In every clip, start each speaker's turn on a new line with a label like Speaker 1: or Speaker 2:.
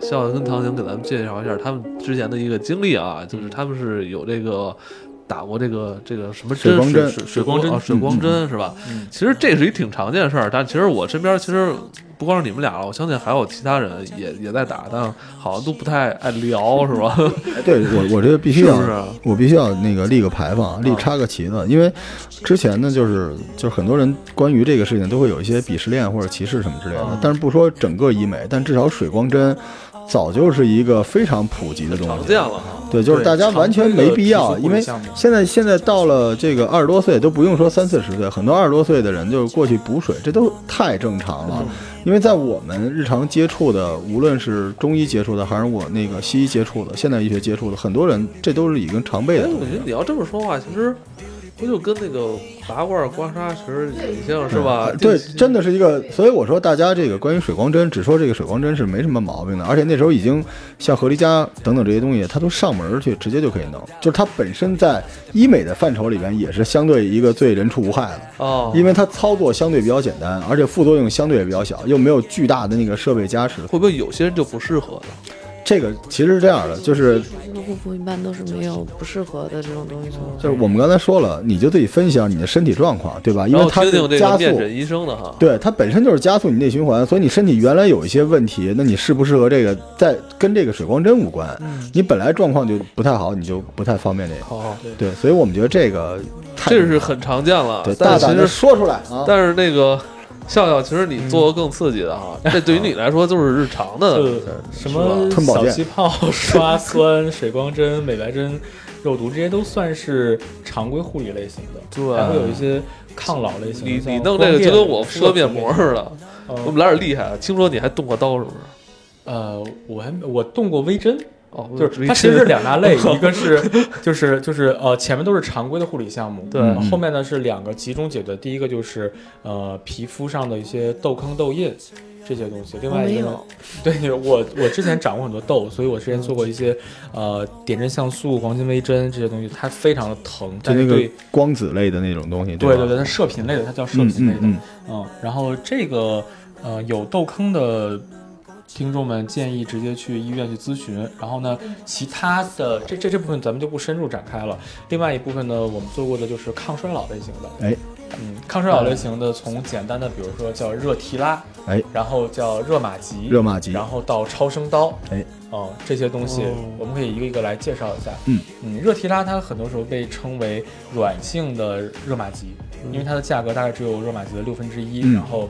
Speaker 1: 笑笑跟唐宁给咱们介绍一下他们之前的一个经历啊，就是他们是有这个打过这个这个什么
Speaker 2: 水光针
Speaker 1: 水
Speaker 3: 水光针
Speaker 1: 啊水光
Speaker 2: 嗯
Speaker 1: 针是吧？
Speaker 3: 嗯
Speaker 1: 其实这是一挺常见的事儿，但其实我身边其实不光是你们俩了，我相信还有其他人也也在打，但好像都不太爱聊是吧？
Speaker 2: 哎对我我这个必须要，
Speaker 1: 是啊不是
Speaker 2: 我必须要那个立个牌坊，立插个旗子，因为之前呢，就是就是很多人关于这个事情都会有一些鄙视链或者歧视什么之类的
Speaker 1: 嗯，
Speaker 2: 但是不说整个医美，但至少水光针早就是一个非常普及的东
Speaker 1: 常
Speaker 2: 西
Speaker 1: 见。了啊，
Speaker 2: 对，就是大家完全没必要，
Speaker 3: 对
Speaker 2: 因为
Speaker 3: 常规的皮肤护理项目
Speaker 2: 现在现在到了这个二十多岁，都不用说三四十岁，很多二十多岁的人就是过去补水，这都太正常
Speaker 1: 嗯
Speaker 2: 了。因为在我们日常接触的，无论是中医接触的，还是我那个西医接触的，现代医学接触的，很多人这都是已经常备
Speaker 1: 哎，
Speaker 2: 的东
Speaker 1: 我觉
Speaker 2: 西
Speaker 1: 得
Speaker 2: 了。
Speaker 1: 你要这么说话，其实不就跟那个拔罐刮痧其实也像是吧？
Speaker 2: 嗯对，真
Speaker 1: 的
Speaker 2: 的是一个，所以我说大家这个关于水光针，只说这个水光针是没什么毛病的，而且那时候已经像合力佳等等这些东西，它都上门儿去直接就可以弄，就是它本身在医美的范畴里边也是相对一个最人畜无害的。
Speaker 1: 哦，
Speaker 2: 因为它操作相对比较简单，而且副作用相对也比较小，又没有巨大的那个设备加持。
Speaker 1: 会不会有些人就不适合呢？
Speaker 2: 这个其实是这样的，就是
Speaker 4: 那护肤一般都是没有不适合的这种东西存在。
Speaker 2: 就是我们刚才说了，你就自己分析一下你的身体状况，对吧？因
Speaker 1: 然
Speaker 2: 为
Speaker 1: 后
Speaker 2: 它
Speaker 1: 听听
Speaker 2: 是
Speaker 1: 这
Speaker 2: 加
Speaker 1: 个
Speaker 2: 速，
Speaker 1: 面诊医生的哈，
Speaker 2: 对，它本身就是加速你内循环，所以你身体原来有一些问题，那你适不适合这个，在跟这个水光针无关。你本来状况就不太好，你就不太方便这个。
Speaker 1: 哦，
Speaker 2: 对，所以我们觉得这个太
Speaker 1: 这是很常见了
Speaker 2: 对，
Speaker 1: 但
Speaker 2: 大
Speaker 1: 其
Speaker 2: 胆的
Speaker 1: 实
Speaker 2: 说出来啊。
Speaker 1: 但是那个笑笑，其实你做的更刺激的 哈，这对于你来说就是日常的
Speaker 3: 就呃什么
Speaker 2: 吞宝
Speaker 3: 小
Speaker 2: 剑
Speaker 3: 气泡、 刷酸、水光针、美白针、肉毒，这些都算是常规护理类型的。
Speaker 1: 对
Speaker 3: 还会有一些抗老类型的。
Speaker 1: 你
Speaker 3: 像
Speaker 1: 你弄这个
Speaker 3: 光电
Speaker 1: 就跟我敷面膜似的，
Speaker 3: 呃
Speaker 1: 我们来点厉害的。啊听说你还动过刀是不是？
Speaker 3: 呃，我还我动过微针，
Speaker 1: 哦，
Speaker 3: 就是它其实是两大类，一个是就是就是呃前面都是常规的护理项目，嗯
Speaker 1: 对嗯
Speaker 3: 然后后面呢是两个集中解决，第一个就是呃皮肤上的一些痘坑痘印。这些东西，另
Speaker 4: 我
Speaker 3: 外一
Speaker 4: 哦没
Speaker 3: 个呢
Speaker 4: 有，
Speaker 3: 对我我之前长过很多痘，所以我之前做过一些呃点阵像素、黄金微针这些东西，它非常的疼，
Speaker 2: 就
Speaker 3: 但
Speaker 2: 那
Speaker 3: 是
Speaker 2: 个
Speaker 3: 对
Speaker 2: 光子类的那种东西，
Speaker 3: 对
Speaker 2: 吧
Speaker 3: 对对，它射频类的，它叫射
Speaker 2: 嗯
Speaker 3: 频类
Speaker 2: 嗯嗯，
Speaker 3: 的，嗯，然后这个呃有痘坑的听众们建议直接去医院去咨询。然后呢，其他的这这这部分咱们就不深入展开了。另外一部分呢，我们做过的就是抗衰老类型的，
Speaker 2: 哎，
Speaker 3: 嗯，抗衰老类型的从简单的，比如说叫热提拉，
Speaker 2: 哎，
Speaker 3: 然后叫热玛吉，
Speaker 2: 热玛吉
Speaker 3: 然后到超声刀，
Speaker 2: 哎，
Speaker 3: 哦、这些东西
Speaker 1: 哦
Speaker 3: 我们可以一个一个来介绍一下。
Speaker 2: 嗯
Speaker 3: 嗯，热提拉它很多时候被称为软性的热玛吉，因为它的价格大概只有热玛吉的六分之一，
Speaker 2: 嗯
Speaker 3: 然后，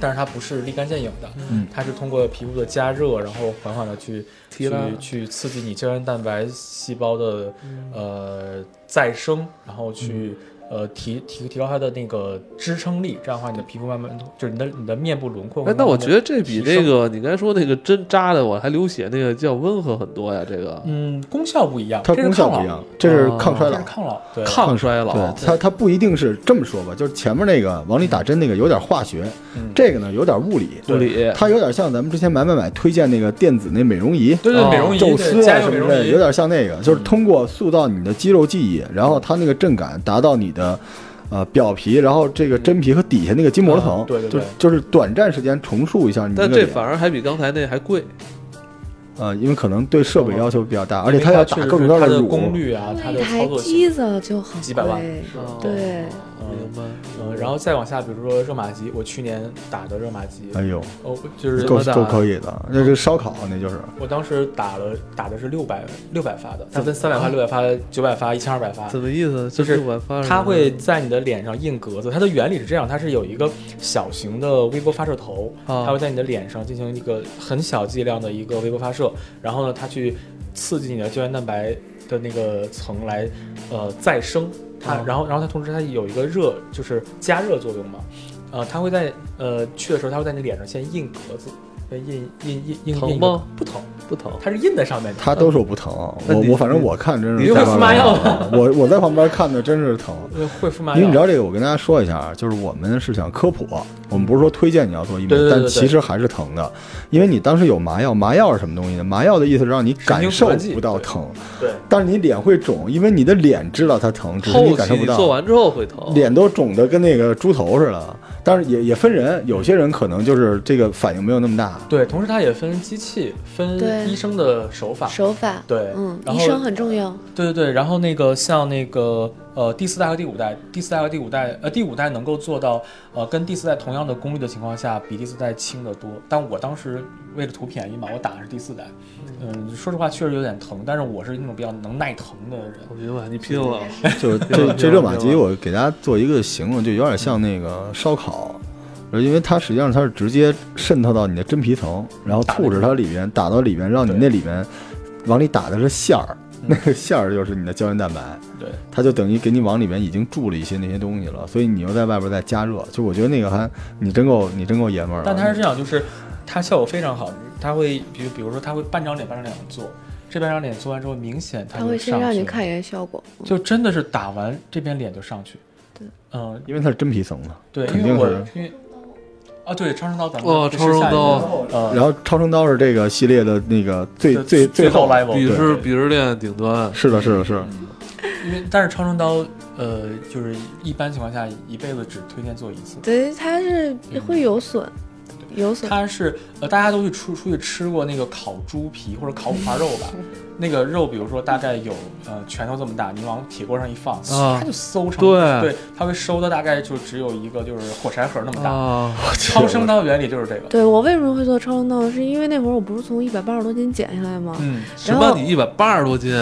Speaker 3: 但是它不是立竿见影的，
Speaker 2: 嗯
Speaker 3: 它是通过皮肤的加热，然后缓缓的去
Speaker 1: 提
Speaker 3: 去
Speaker 1: 拉
Speaker 3: 去刺激你胶原蛋白细胞的呃再生，然后
Speaker 2: 嗯
Speaker 3: 去。呃，提提提高它的那个支撑力，这样的话，你的皮肤慢慢就是你的你的面部轮廓 会
Speaker 1: 哎
Speaker 3: 慢慢，地。
Speaker 1: 那我觉得这比
Speaker 3: 提
Speaker 1: 那
Speaker 3: 升
Speaker 1: 个你刚才说那个针扎的我还流血那个要温和很多呀，这个
Speaker 3: 嗯，功效不一样，
Speaker 2: 它
Speaker 3: 这是
Speaker 2: 功效
Speaker 3: 抗老
Speaker 2: 不一样，，这是
Speaker 1: 哦
Speaker 2: 抗衰
Speaker 3: 这
Speaker 2: 老
Speaker 3: 是。抗老，对，
Speaker 1: 抗衰老
Speaker 2: 对它，它不一定是这么说吧，就是前面那个往里打针那个有点化学，
Speaker 3: 嗯
Speaker 2: 这个呢有点物理，
Speaker 1: 护理，
Speaker 2: 它有点像咱们之前买买买推荐那个电子那美容仪、
Speaker 3: 对对，
Speaker 1: 哦
Speaker 3: 美容仪，
Speaker 2: 宙
Speaker 3: 对
Speaker 2: 斯
Speaker 3: 家
Speaker 2: 啊
Speaker 3: 用
Speaker 2: 什么之
Speaker 3: 美容
Speaker 2: 类的，
Speaker 3: 仪嗯
Speaker 2: 有，点像那个，就是通过塑造你的肌肉记忆，然后它那个震感达到你的。呃，表皮，然后这个真皮和底下那个筋膜层，
Speaker 3: 嗯对对对
Speaker 2: 就就是短暂时间重塑一下你
Speaker 1: 但
Speaker 2: 个
Speaker 1: 这
Speaker 2: 脸
Speaker 3: 啊
Speaker 1: 反而还比刚才那还贵。
Speaker 2: 呃，因为可能对设备要求比较大，而且
Speaker 3: 哦它
Speaker 2: 它要打各种各样
Speaker 3: 它的
Speaker 2: 乳，
Speaker 3: 功率啊，它
Speaker 4: 那
Speaker 3: 的
Speaker 4: 台
Speaker 3: 操作性，
Speaker 4: 机子就很
Speaker 3: 几百万
Speaker 4: 贵
Speaker 1: 哦
Speaker 4: 对，
Speaker 1: 明白。
Speaker 3: 嗯，然后再往下，比如说热玛吉，我去年打的热玛吉，
Speaker 2: 哎呦，
Speaker 3: 哦，就是
Speaker 2: 够
Speaker 1: 多大
Speaker 2: 够可以的，
Speaker 3: 嗯
Speaker 2: 那是烧烤，啊那就是，
Speaker 3: 我当时打了打的是六百六百发的，它分三百发、六百发、九百发、一千二百发，
Speaker 1: 怎么意思？
Speaker 3: 就是
Speaker 1: 晚发
Speaker 3: 它会在你的脸上印格子。它的原理是这样，它是有一个小型的微波发射头，
Speaker 1: 啊
Speaker 3: 它会在你的脸上进行一个很小剂量的一个微波发射，然后呢，它去刺激你的胶原蛋白的那个层来呃再生。它
Speaker 1: 哦，
Speaker 3: 然后，然后它同时它有一个热，就是加热作用嘛，呃，它会在呃去的时候，它会在你脸上先印格子，先印印印印
Speaker 1: 疼
Speaker 3: 印一个
Speaker 1: 吗？
Speaker 3: 不疼，
Speaker 1: 不疼。
Speaker 3: 它是印在上面的。
Speaker 2: 他都说不疼，
Speaker 1: 那
Speaker 2: 我
Speaker 1: 你
Speaker 2: 我反正我看真
Speaker 3: 你
Speaker 2: 是
Speaker 3: 又
Speaker 2: 在
Speaker 3: 会
Speaker 2: 旁
Speaker 3: 敷麻
Speaker 2: 边
Speaker 3: 药
Speaker 2: 疼我我在旁边看的真是疼。
Speaker 3: 呃会敷麻
Speaker 2: 因为你知
Speaker 3: 药，
Speaker 2: 道这个，我跟大家说一下啊，就是我们是想科普，啊我们不是说推荐你要做医美，
Speaker 3: 对对对
Speaker 2: 但
Speaker 3: 对
Speaker 2: 其实还是疼的，因为你当时有麻药，麻药是什么东西呢？麻药的意思是让你感受
Speaker 3: 神经阻
Speaker 2: 不
Speaker 3: 断
Speaker 2: 到
Speaker 3: 剂
Speaker 2: 疼，
Speaker 3: 对，
Speaker 2: 但是你脸会肿，因为你的脸知道它疼，只是你
Speaker 1: 后
Speaker 2: 感
Speaker 1: 期
Speaker 2: 受不
Speaker 1: 你
Speaker 2: 到。
Speaker 1: 做完之后会疼。
Speaker 2: 脸都肿得跟那个猪头似的。但是也也分人，有些人可能就是这个反应没有那么大，大。
Speaker 3: 对，同时它也分机器，分
Speaker 4: 对
Speaker 3: 医生的手法。
Speaker 4: 手法，
Speaker 3: 对
Speaker 4: 嗯，
Speaker 3: 然
Speaker 4: 医
Speaker 3: 后
Speaker 4: 生很重要，
Speaker 3: 对对对，然后那个像那个呃第四代和第五代，第四代和第五代呃第五代能够做到呃跟第四代同样的功率的情况下，比第四代轻得多。但我当时为了图便宜嘛，我打的是第四代，嗯，说实话确实有点疼，但是我是那种比较能耐疼的人。
Speaker 4: 嗯
Speaker 1: 我明白，你拼了，
Speaker 2: 就是
Speaker 1: 有
Speaker 2: 这
Speaker 1: 了
Speaker 2: 这
Speaker 1: 有了
Speaker 2: 热玛吉，
Speaker 1: 有
Speaker 2: 我给大家做一个形容，就有点像那个烧烤，呃因为它实际上它是直接渗透到你的真皮层，然后吐着它里边，打到里边，让你
Speaker 3: 对
Speaker 2: 那里边往里打的是馅儿，
Speaker 3: 嗯
Speaker 2: 那个馅儿就是你的胶原蛋白，
Speaker 3: 对，
Speaker 2: 它就等于给你往里边已经注了一些那些东西了，所以你又在外边再加热，就我觉得那个还你真够你真够爷们儿啊，
Speaker 3: 但它是这样，嗯就是它效果非常好，它会比如比如说它会半张脸半张脸做，这半张脸做完之后，明显它
Speaker 4: 他
Speaker 3: 就
Speaker 4: 会
Speaker 3: 上
Speaker 4: 先让你
Speaker 3: 去
Speaker 4: 看一眼效果，嗯
Speaker 3: 就真的是打完这边脸就上去。
Speaker 4: 对，
Speaker 3: 嗯，
Speaker 2: 因为它是真皮层嘛。
Speaker 3: 对，
Speaker 2: 肯
Speaker 3: 因为
Speaker 2: 定
Speaker 3: 我
Speaker 2: 是
Speaker 3: 因为啊，对，超声刀咱们
Speaker 1: 哦
Speaker 3: 这
Speaker 1: 超
Speaker 3: 是
Speaker 1: 声
Speaker 3: 下一个
Speaker 1: 刀，
Speaker 3: 呃，
Speaker 2: 然后超声刀是这个系列的那个最
Speaker 3: 就
Speaker 2: 最
Speaker 3: 最
Speaker 2: 后
Speaker 3: 后 level，
Speaker 1: 鄙
Speaker 3: 对
Speaker 1: 视鄙视链顶端，
Speaker 2: 是的，是的，是的。
Speaker 3: 因为但是超声刀，呃，就是一般情况下一辈子只推荐做一次。
Speaker 4: 对，它是会有损，
Speaker 3: 嗯
Speaker 4: 有损，
Speaker 3: 它是呃，大家都去出出去吃过那个烤猪皮或者烤五花肉 吧，那个肉比如说大概有呃拳头这么大，你往铁锅上一放，
Speaker 1: 啊
Speaker 3: 它就馊成，
Speaker 1: 对
Speaker 3: 对，它会收的大概就只有一个就是火柴盒那么大。
Speaker 1: 啊，
Speaker 3: 超声刀原理就是这个，
Speaker 4: 对我为什么会做超声道，是因为那会儿我不是从一百八十多斤减下来吗？
Speaker 3: 嗯，
Speaker 1: 什
Speaker 4: 然后
Speaker 1: 么？你一百八十多斤，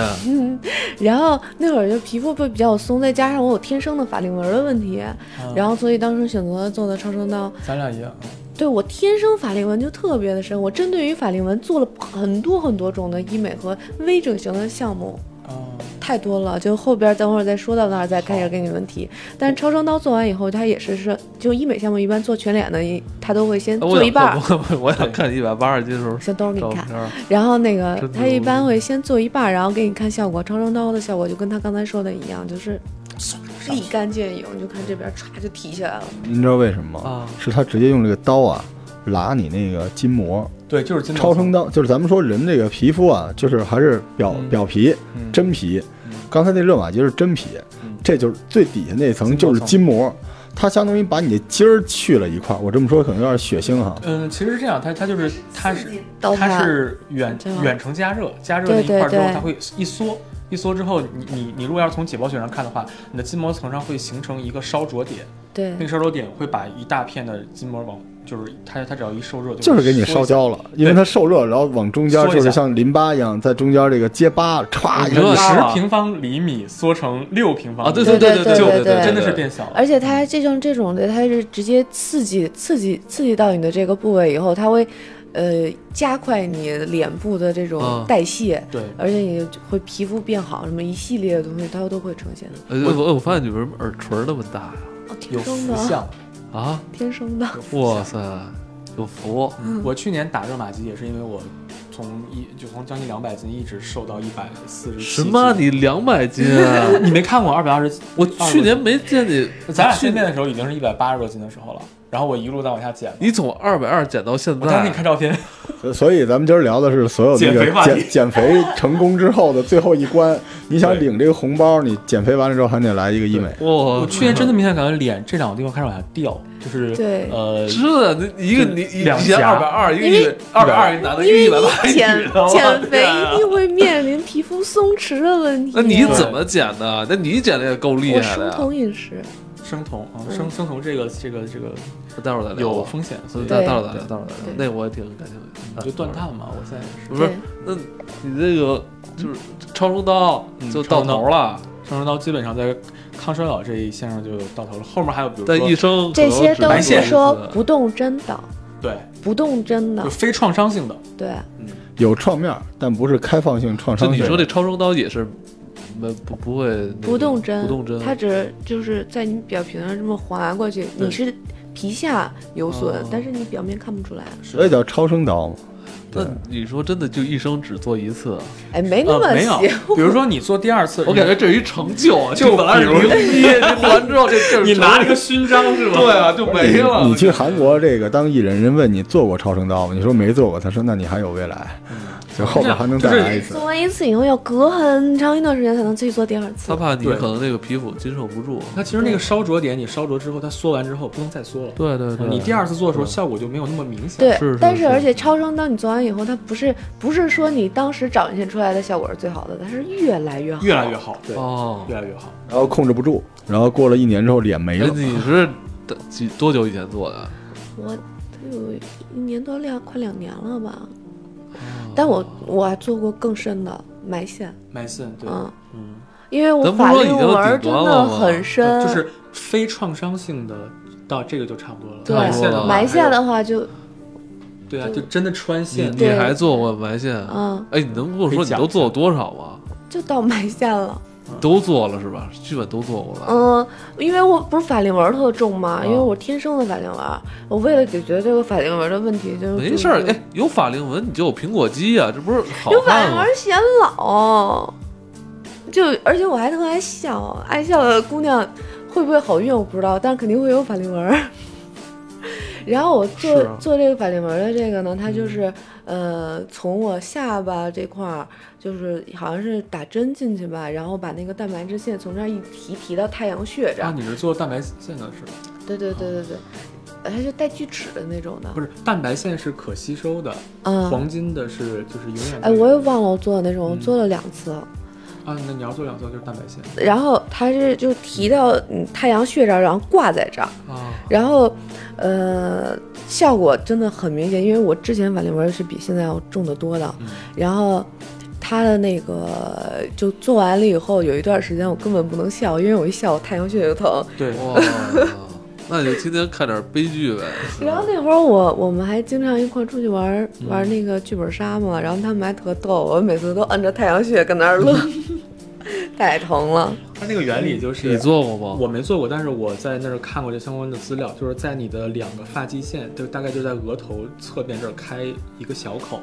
Speaker 4: 然后那会儿就皮肤会比较松，再加上我有天生的法令纹的问题，
Speaker 3: 啊
Speaker 4: 然后所以当时选择做的超声道，
Speaker 3: 咱俩一样，
Speaker 4: 对我天生法令纹就特别的深，我针对于法令纹做了很多很多种的医美和微整形的项目。
Speaker 3: 啊，
Speaker 4: 太多了，就后边等会儿再说到那儿再开
Speaker 3: 好
Speaker 4: 始给你们提。但是超声刀做完以后，它也是是就医美项目一般做全脸的，一它都会先
Speaker 3: 啊
Speaker 1: 我
Speaker 4: 做
Speaker 1: 想
Speaker 4: 一半儿，
Speaker 1: 我我想看一百八十斤的时候
Speaker 4: 行，等会儿给
Speaker 1: 照
Speaker 4: 你看。
Speaker 1: 片儿，
Speaker 4: 然后那个
Speaker 1: 真的
Speaker 4: 它一般
Speaker 1: 有
Speaker 4: 会先做一半儿，然后给你看效果。超声刀的效果就跟他刚才说的一样，就是立竿见影，你就看这边歘就提起来了。
Speaker 2: 你知道为什么
Speaker 1: 啊
Speaker 2: 吗？是他直接用这个刀啊，拉你那个筋膜。
Speaker 3: 对，就是筋膜
Speaker 2: 超声刀就是咱们说人这个皮肤啊，就是还是表、
Speaker 3: 嗯
Speaker 2: 表皮、
Speaker 3: 嗯
Speaker 2: 真皮。
Speaker 3: 嗯
Speaker 2: 刚才那热玛吉是真皮，
Speaker 3: 嗯
Speaker 2: 这就是最底下那层
Speaker 3: 筋
Speaker 2: 就
Speaker 3: 膜
Speaker 2: 是
Speaker 3: 层
Speaker 2: 筋膜，它相当于把你的筋儿去了一块儿。我这么说可能有点血腥哈。
Speaker 3: 嗯，其实是这样，它它就是它是
Speaker 4: 刀
Speaker 3: 它
Speaker 4: 塔
Speaker 3: 是远
Speaker 4: 这样
Speaker 3: 远程加热，加热
Speaker 4: 对
Speaker 3: 那一块儿之
Speaker 4: 啊对
Speaker 3: 后，
Speaker 4: 对
Speaker 3: 它会一缩，一缩之后，你你你如果要是从解剖学上看的话，你的筋膜层上会形成一个烧灼点，
Speaker 4: 对
Speaker 3: 那个烧灼点会把一大片的筋膜往，就是它它只要一受热
Speaker 2: 就是
Speaker 3: 会
Speaker 2: 给你
Speaker 3: 缩
Speaker 2: 烧
Speaker 3: 一下。
Speaker 2: 焦了，因为它受热，然后往中间
Speaker 3: 缩一下
Speaker 2: 就是像淋巴一样，在中间这个结疤，歘一
Speaker 1: 你说
Speaker 2: 下
Speaker 1: 的
Speaker 2: 就，
Speaker 1: 是
Speaker 3: 十平方厘米缩成六平方
Speaker 1: 啊，
Speaker 3: 厘
Speaker 1: 对
Speaker 3: 米
Speaker 4: 对
Speaker 1: 对对
Speaker 4: 对对
Speaker 1: 对
Speaker 4: 对
Speaker 1: 真
Speaker 4: 对
Speaker 3: 真
Speaker 1: 的
Speaker 3: 的是
Speaker 1: 是
Speaker 3: 变小了。
Speaker 4: 而且它这种这种的，它是直接刺激刺激刺激到你的这个部位以后，它会，呃，加快你脸部的这种
Speaker 1: 嗯
Speaker 4: 代谢，
Speaker 3: 对，
Speaker 4: 而且你就会皮肤变好，什么一系列的东西它都会呈现的。
Speaker 1: 呃我我我发现你为什么耳垂儿那么大呀？
Speaker 4: 哦，
Speaker 3: 有
Speaker 4: 天生
Speaker 3: 福
Speaker 4: 的，
Speaker 3: 相。
Speaker 1: 啊，
Speaker 4: 天生 的，
Speaker 1: 哇塞，有福，
Speaker 4: 嗯
Speaker 3: 我去年打热玛吉也是因为我从一就从将近两百斤一直瘦到一百四十七。
Speaker 1: 什么？啊你两百斤？啊
Speaker 3: 你没看过二百二十？
Speaker 1: 我去年没见你，
Speaker 3: 咱俩
Speaker 1: 去
Speaker 3: 见面的时候已经是一百八十多斤的时候了，然后我一路再往下减，
Speaker 1: 你从二百二减到现
Speaker 3: 我当时给
Speaker 1: 在
Speaker 3: 你，看照 片，
Speaker 2: 所以咱们今儿聊的是所有那
Speaker 3: 减肥
Speaker 2: 个
Speaker 3: 话题
Speaker 2: 减 减肥成功之后的最后一关。你想领这个红包，你减肥完了之后还得来一个医美。
Speaker 1: 哇，
Speaker 3: 我去年真的明显感觉脸这两个地方开始往下掉，就是
Speaker 4: 对
Speaker 3: 呃，
Speaker 1: 是的，你一个你一
Speaker 3: 两
Speaker 1: 前
Speaker 3: 颊
Speaker 1: 二百二，一个
Speaker 4: 因为
Speaker 1: 一二百二，一个男的，一个一百八，一
Speaker 4: 减
Speaker 1: 个女的
Speaker 4: 减肥一。
Speaker 1: 我天
Speaker 4: 定会面临皮肤松弛的问题。
Speaker 1: 啊那你怎么减的？那你减的也够厉
Speaker 4: 我
Speaker 1: 害
Speaker 4: 生
Speaker 1: 的呀！
Speaker 4: 酮饮食，
Speaker 3: 生酮啊，
Speaker 4: 嗯
Speaker 3: 生生酮这个这个这个
Speaker 1: 待会儿再聊
Speaker 3: 有
Speaker 1: 吧，
Speaker 3: 风险，所以
Speaker 1: 待
Speaker 4: 对
Speaker 1: 待会儿再聊，待会儿再聊
Speaker 4: 对。
Speaker 1: 那我也挺感兴趣的，
Speaker 3: 就断碳嘛。我现在是
Speaker 1: 不是
Speaker 4: 对，
Speaker 1: 那你这个就是超声刀
Speaker 3: 嗯
Speaker 1: 就到头了，
Speaker 3: 生酮刀基本上在抗衰老这一线上就到头了，后面还有比如
Speaker 1: 但一
Speaker 3: 说
Speaker 1: 生
Speaker 4: 这些
Speaker 1: 可
Speaker 4: 都
Speaker 1: 能只
Speaker 4: 是
Speaker 1: 能
Speaker 4: 说
Speaker 1: 一次
Speaker 4: 不动真的，
Speaker 3: 对
Speaker 4: 不动真的
Speaker 3: 就，非创伤性的，
Speaker 4: 对，
Speaker 2: 有创面儿，但不是开放性创
Speaker 1: 就
Speaker 2: 伤
Speaker 1: 你
Speaker 2: 性。
Speaker 1: 说这超声刀也是没不不会那个
Speaker 4: 不动针，
Speaker 1: 不动针，
Speaker 4: 它只就是在你表皮上这么划过去，
Speaker 1: 对
Speaker 4: 你是皮下有损，
Speaker 1: 哦
Speaker 4: 但是你表面看不出来。
Speaker 2: 所以叫超声刀嘛。
Speaker 1: 那你说真的就一生只做一次？
Speaker 4: 哎，没那么
Speaker 3: 呃，没有
Speaker 4: 邪 乎。，
Speaker 3: 比如说你做第二次，
Speaker 1: 我感觉这是一成就啊，
Speaker 3: 就
Speaker 1: 这本来是
Speaker 3: 比如
Speaker 1: 牛逼，你做完之后这这
Speaker 3: 你拿
Speaker 1: 了
Speaker 3: 了个勋章是吧？
Speaker 1: 对啊，就没了。
Speaker 2: 你你去韩国这个当艺人，人问你做过超声刀吗？你说没做过，他说那你还有未来，
Speaker 3: 嗯
Speaker 2: 就后边还能再来一次
Speaker 4: 做。完一次以后要隔很长一段时间才能去做第二次
Speaker 1: 他。怕你
Speaker 3: 对
Speaker 1: 可能那个皮肤经受不住。
Speaker 3: 它其实那个烧灼点，你烧灼之后，它缩完之后不能再缩了。
Speaker 1: 对对对，
Speaker 3: 你第二次做的时候效果就没有那么明显。
Speaker 4: 对，
Speaker 1: 是是
Speaker 4: 但是
Speaker 1: 是
Speaker 4: 而且超声，当你做完以后，它不是不是说你当时展现出来的效果是最好的，它是越来越好，
Speaker 3: 越来越好，对，
Speaker 1: 哦，
Speaker 3: 越来越好。
Speaker 2: 然后控制不住，然后过了一年之后脸没
Speaker 1: 哎
Speaker 2: 了，
Speaker 1: 你是多几多久以前做的？
Speaker 4: 我得有一年多两快两年了
Speaker 1: 哦
Speaker 4: 吧。但我我还做过更深的埋线，
Speaker 3: 埋线，对，
Speaker 4: 嗯，
Speaker 3: 嗯，
Speaker 4: 因为我
Speaker 1: 咱不
Speaker 4: 法
Speaker 1: 说已
Speaker 4: 令
Speaker 1: 经
Speaker 4: 纹儿
Speaker 1: 顶
Speaker 4: 真
Speaker 1: 端了
Speaker 4: 的
Speaker 1: 吗
Speaker 4: 很深，
Speaker 3: 就是非创伤性的，到这个就差不多了。
Speaker 4: 对
Speaker 3: 埋线的话
Speaker 4: 埋线
Speaker 3: 还有，
Speaker 4: 的话就
Speaker 3: 对啊，就真的穿
Speaker 1: 你
Speaker 3: 线。
Speaker 1: 你
Speaker 4: 对
Speaker 1: 还做过埋线？
Speaker 4: 嗯
Speaker 1: 哎，你能跟我说
Speaker 3: 可以
Speaker 1: 你
Speaker 3: 讲
Speaker 1: 都做过多少吗？
Speaker 4: 就到埋线了。
Speaker 1: 都做了是吧？基本都做过了。
Speaker 4: 嗯，因为我不是法令纹儿特重嘛，因为
Speaker 1: 啊
Speaker 4: 我天生的法令纹儿，我为了解决这个法令纹儿的问题就，
Speaker 1: 没事儿，
Speaker 4: 就
Speaker 1: 哎，有法令纹你就有苹果肌啊，这不是好
Speaker 4: 有法
Speaker 1: 看
Speaker 4: 令
Speaker 1: 吗
Speaker 4: 纹？显老，就而且我还特爱笑，爱笑的姑娘会不会好运我不知道，但是肯定会有法令纹儿。 然后我做、
Speaker 1: 是啊
Speaker 4: 做这个法令纹儿的这个呢，它就是、呃从我下巴这块儿，就是好像是打针进去吧，然后把那个蛋白质线从这儿一提提到太阳穴这
Speaker 3: 啊，
Speaker 4: 儿，
Speaker 3: 你是做蛋白线的是吧？
Speaker 4: 对对对对对，呃它就带锯齿的那种的，
Speaker 3: 不是，蛋白线是可吸收的，
Speaker 4: 嗯，
Speaker 3: 黄金的是就是永远。
Speaker 4: 哎，我也忘了我做的那种，我
Speaker 3: 嗯
Speaker 4: 做了两次。
Speaker 3: 啊，那你要做两侧就是蛋白线
Speaker 4: 然后它是就提到嗯太阳穴这儿，然后挂在这儿，
Speaker 1: 啊，
Speaker 4: 然后呃效果真的很明显，因为我之前法令纹是比现在要重得多的，
Speaker 3: 嗯
Speaker 4: 然后。它的那个就做完了以后，有一段时间我根本不能笑，因为我一笑我太阳穴就疼。
Speaker 3: 对，
Speaker 1: 哇，那你就天天看点悲剧呗。
Speaker 4: 然后那会儿我我们还经常一块儿出去玩儿
Speaker 3: 嗯
Speaker 4: 玩那个剧本杀嘛，然后他们还特逗，我每次都摁着太阳穴跟那儿 乐，太疼了。
Speaker 3: 它那个原理就是
Speaker 1: 你做过吗？
Speaker 3: 我没做过，但是我在那儿看过这相关的资料，就是在你的两个发际线，就大概就在额头侧边这儿开一个小口，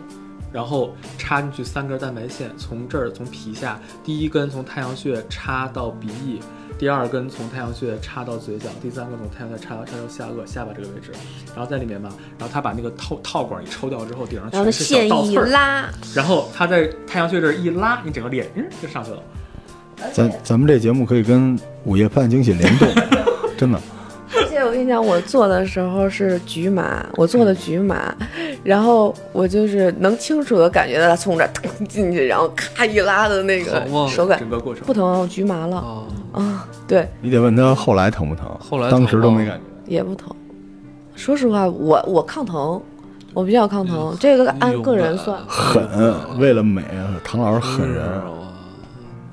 Speaker 3: 然后插进去三根蛋白线，从这儿从皮下第一根从太阳穴插到鼻翼，第二根从太阳穴插到嘴角，第三根从太阳穴插到插到下颚下巴这个位置，然后在里面嘛，然后他把那个套套管一抽掉之后，顶上
Speaker 4: 然后那
Speaker 3: 全是小
Speaker 4: 线
Speaker 3: 倒
Speaker 4: 一
Speaker 3: 刺儿，
Speaker 4: 拉，
Speaker 3: 然后他在太阳穴这儿一拉，你整个脸嗯就上去了。
Speaker 2: 咱咱们这节目可以跟《午夜半惊喜》联 动，真的。
Speaker 4: 而且我跟你讲，我做的时候是局麻，我做的局麻，然后我就是能清楚的感觉到它从这儿 腾进去，然后咔一拉的那个
Speaker 1: 疼吗
Speaker 4: 手感
Speaker 3: 整个过程
Speaker 4: 不疼，我局麻了
Speaker 1: 啊，
Speaker 4: 啊，对，
Speaker 2: 你得问他后来疼不疼，
Speaker 1: 后来疼
Speaker 2: 当时都
Speaker 1: 吗
Speaker 2: 没感觉。
Speaker 4: 也不疼。说实话，我我抗疼，我比较抗疼，
Speaker 3: 嗯
Speaker 4: 这个
Speaker 3: 哎
Speaker 4: 按个人算。
Speaker 2: 狠，为了美，唐老师狠
Speaker 1: 是
Speaker 2: 人。
Speaker 1: 啊。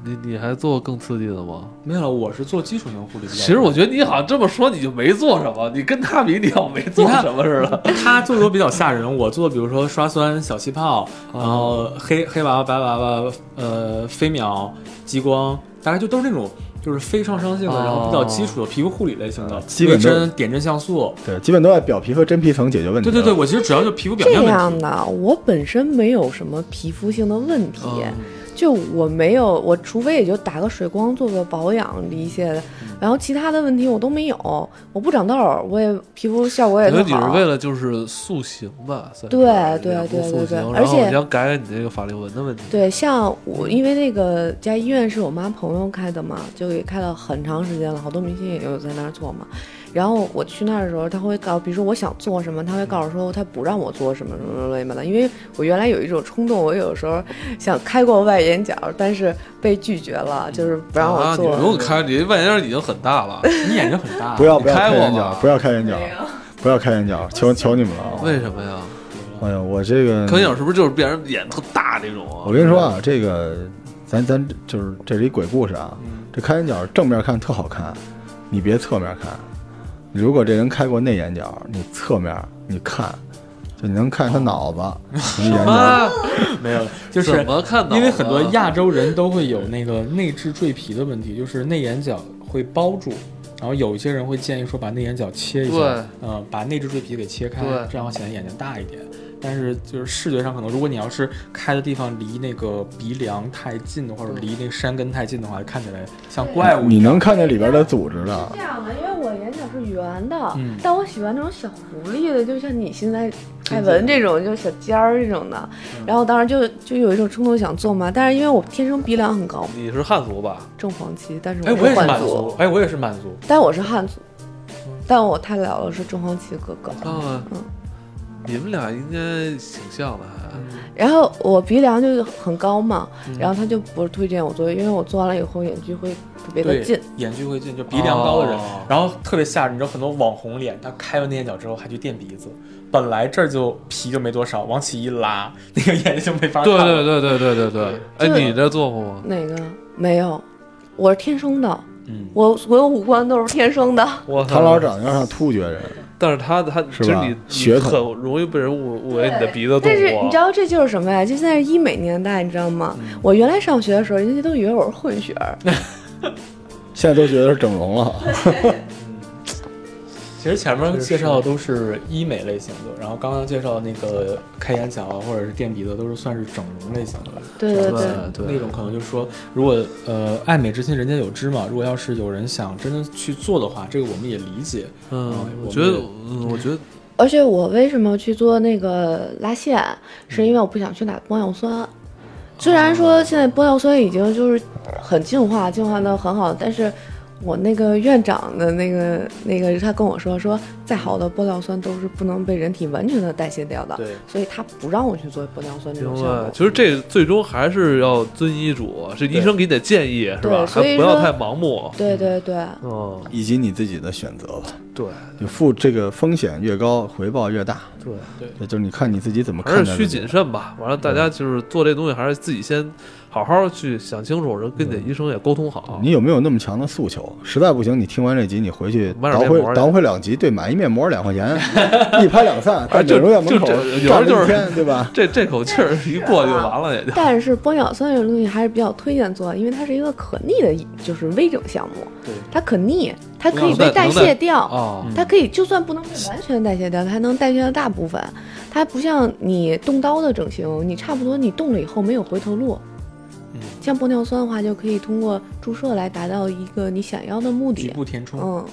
Speaker 1: 你你还做过更刺激的吗？
Speaker 3: 没有了，我是做基础性护理的。
Speaker 1: 其实我觉得你好像这么说，你就没做什么，你跟他比，你好像没做
Speaker 3: 你看
Speaker 1: 什么似的。
Speaker 3: 他做的都比较吓人，我做比如说刷酸、小气泡，然后黑黑娃娃、白娃娃、呃飞秒、激光，大概就都是那种就是非创伤性的，
Speaker 1: 哦
Speaker 3: 然后比较基础的皮肤护理类型的，
Speaker 2: 基本
Speaker 3: 微
Speaker 2: 都嗯
Speaker 3: 针、点阵像素。
Speaker 2: 对，基本都在表皮和真皮层解决问题。
Speaker 3: 对对对，，我其实主要就皮肤表
Speaker 4: 这
Speaker 3: 面问
Speaker 4: 样
Speaker 3: 题。
Speaker 4: 的，我本身没有什么皮肤性的问题，
Speaker 3: 哦
Speaker 1: 嗯
Speaker 4: 就我没有，我除非也就打个水光做个保养一些的，然后其他的问题我都没有，我不长痘儿，我也皮肤效果也
Speaker 1: 我觉得
Speaker 4: 特
Speaker 1: 你是
Speaker 4: 好。
Speaker 1: 为了就是塑形吧，算是
Speaker 4: 对对
Speaker 1: 脸部
Speaker 4: 对
Speaker 1: 塑形
Speaker 4: 对对
Speaker 1: 然后
Speaker 4: 而且
Speaker 1: 你想改改你这个法令纹的问题。
Speaker 4: 对，像我因为那个家医院是我妈朋友开的嘛，就也开了很长时间了，好多明星也有在那儿做嘛。然后我去那儿的时候，他会告，比如说我想做什么，他会告诉说他不让我做什么什么什么乱七八糟。因为我原来有一种冲动，我有时候想开过外眼角，但是被拒绝了，就是不让我
Speaker 1: 啊，你
Speaker 4: 做。
Speaker 1: 不用开，你外眼已经很大了。
Speaker 3: 你眼睛很大，
Speaker 2: 不要不要
Speaker 1: 你开
Speaker 2: 开
Speaker 1: 我
Speaker 2: 眼
Speaker 1: 吧
Speaker 2: 角，不要开眼角，不要开眼角，求求你们了啊！
Speaker 1: 为什啊么呀？
Speaker 2: 哎呀，我这个
Speaker 1: 开眼角是不是就是变成眼特大那种啊？
Speaker 2: 我跟你说啊，这个咱咱就是这是一鬼故事啊。
Speaker 1: 嗯
Speaker 2: 这开眼角正面看特好看，你别侧面看。如果这人开过内眼角，你侧面你看，就你能看他脑子，你眼角
Speaker 1: 啊，
Speaker 3: 没有，就是
Speaker 1: 怎么看脑子
Speaker 3: 因为很多亚洲人都会有那个内痔赘皮的问题，就是内眼角会包住，然后有一些人会建议说把内眼角切一下，
Speaker 1: 对
Speaker 3: 呃，把内置赘皮给切开
Speaker 1: 对，
Speaker 3: 这样显得眼睛大一点。但是就是视觉上可能，如果你要是开的地方离那个鼻梁太近的话，或者离那个山根太近的话，看起来像怪物一
Speaker 2: 你
Speaker 3: 样。
Speaker 2: 能看见里边的组织的
Speaker 4: 是。这样的，因为我眼角是圆的，
Speaker 3: 嗯
Speaker 4: 但我喜欢那种小狐狸的，就像你现在艾文这种，就是小尖儿这种的。
Speaker 3: 嗯
Speaker 4: 然后当时就就有一种冲动想做嘛，但是因为我天生鼻梁很高，
Speaker 1: 你是汉族吧？
Speaker 4: 正黄旗，但是
Speaker 3: 哎，我
Speaker 4: 我是
Speaker 3: 也是
Speaker 4: 汉
Speaker 3: 满
Speaker 4: 族
Speaker 3: 族，，哎，我也是满族。
Speaker 4: 但我是汉族，但我太姥姥是正黄旗的哥哥。
Speaker 1: 看看
Speaker 4: 嗯，
Speaker 1: 啊你们俩应该挺像的，还
Speaker 4: 然后我鼻梁就是很高嘛，
Speaker 3: 嗯
Speaker 4: 然后他就不是推荐我做，因为我做完了以后眼距会特别的
Speaker 3: 对
Speaker 4: 近。，
Speaker 3: 眼距会近，就鼻梁高的人，
Speaker 1: 哦
Speaker 3: 然后特别吓人。你知道很多网红脸，他开完内眼角之后还去垫鼻子，本来这儿就皮就没多少，往起一拉，那个眼睛就没法看
Speaker 1: 对
Speaker 3: 了。
Speaker 1: 对对对对对对。
Speaker 4: 这
Speaker 1: 哎，你这做过吗？
Speaker 4: 哪个？没有，我是天生的，
Speaker 3: 嗯，
Speaker 4: 我所有五官都是天生的。
Speaker 1: 我操
Speaker 2: 唐老长得像突厥人，
Speaker 1: 但是他他
Speaker 2: 是
Speaker 1: 其实
Speaker 2: 吧
Speaker 1: 你
Speaker 2: 血
Speaker 1: 你
Speaker 2: 统
Speaker 1: 很容易被人误误为你的鼻子动啊
Speaker 4: 但是
Speaker 1: 物
Speaker 4: 你知道这就是什么呀？就现在是医美年代，你知道吗？我原来上学的时候，人家都以为我是混血儿。
Speaker 2: 现在都觉得是整容了。
Speaker 3: 其实前面介绍的都是医美类型的，然后刚刚介绍那个开眼角啊或者是垫鼻子，都是算是整容类型的。
Speaker 4: 对对对，
Speaker 1: 对
Speaker 3: 那种可能就是说，如果呃爱美之心人皆有之嘛，如果要是有人想真的去做的话，这个我们也理解。
Speaker 1: 嗯，
Speaker 3: 我
Speaker 1: 我觉得
Speaker 3: 们
Speaker 1: 嗯，我觉得
Speaker 4: 而且我为什么去做那个拉线，是因为我不想去打玻尿酸。虽然说现在玻尿酸已经就是很进化，进化的很好，但是我那个院长的那个那个他跟我说，说再好的玻尿酸都是不能被人体完全的代谢掉的，
Speaker 3: 对，
Speaker 4: 所以他不让我去做玻尿酸这
Speaker 1: 明
Speaker 4: 种项
Speaker 1: 白
Speaker 4: 目。。
Speaker 1: 其实这最终还是要遵医嘱，是医生给你的建议是吧？
Speaker 4: 对
Speaker 1: 还
Speaker 4: 所以
Speaker 1: 不要
Speaker 4: 说
Speaker 1: 太盲目。
Speaker 4: 对对对，
Speaker 1: 嗯，
Speaker 2: 以及你自己的选择吧，
Speaker 1: 对
Speaker 2: 就付这个风险越高，回报越大。
Speaker 1: 对，
Speaker 2: 这就是你看你自己怎嗯么
Speaker 1: 嗯还
Speaker 2: 看
Speaker 1: 是
Speaker 2: 待
Speaker 1: 需
Speaker 2: 的
Speaker 1: 谨慎吧。完了，大家就是做这东西，还是自己先好好去想清楚，然后跟你的医生也沟通好。
Speaker 2: 嗯你有没有那么强的诉求？实在不行，你听完这集，你回去
Speaker 1: 买点
Speaker 2: 倒
Speaker 1: 面
Speaker 2: 回
Speaker 1: 膜来
Speaker 2: 倒回两集，对，买一面膜两 块钱，一拍两散，在
Speaker 1: 哎
Speaker 2: 整
Speaker 1: 就
Speaker 2: 容院门口
Speaker 1: 就这有
Speaker 2: 站
Speaker 1: 人就
Speaker 2: 了一
Speaker 1: 是
Speaker 2: 天，对吧？
Speaker 1: 这这口气儿一过
Speaker 4: 啊
Speaker 1: 就完了，也就
Speaker 4: 但是玻尿酸这种东西还是比较推荐做，因为它是一个可逆的，就是微整项目。
Speaker 3: 对，
Speaker 4: 它可逆，它可以
Speaker 1: 能
Speaker 4: 被
Speaker 1: 在
Speaker 4: 代
Speaker 1: 能
Speaker 4: 谢
Speaker 1: 在
Speaker 4: 掉，
Speaker 1: 啊。
Speaker 3: 嗯
Speaker 4: 它可以就算不能被完全代谢掉，它还能代谢掉大部分。它不像你动刀的整形，你差不多你动了以后没有回头路。
Speaker 3: 嗯
Speaker 4: 像玻尿酸的话，就可以通过注射来达到一个你想要的目
Speaker 3: 局
Speaker 4: 的。
Speaker 3: 部填充。
Speaker 4: 嗯，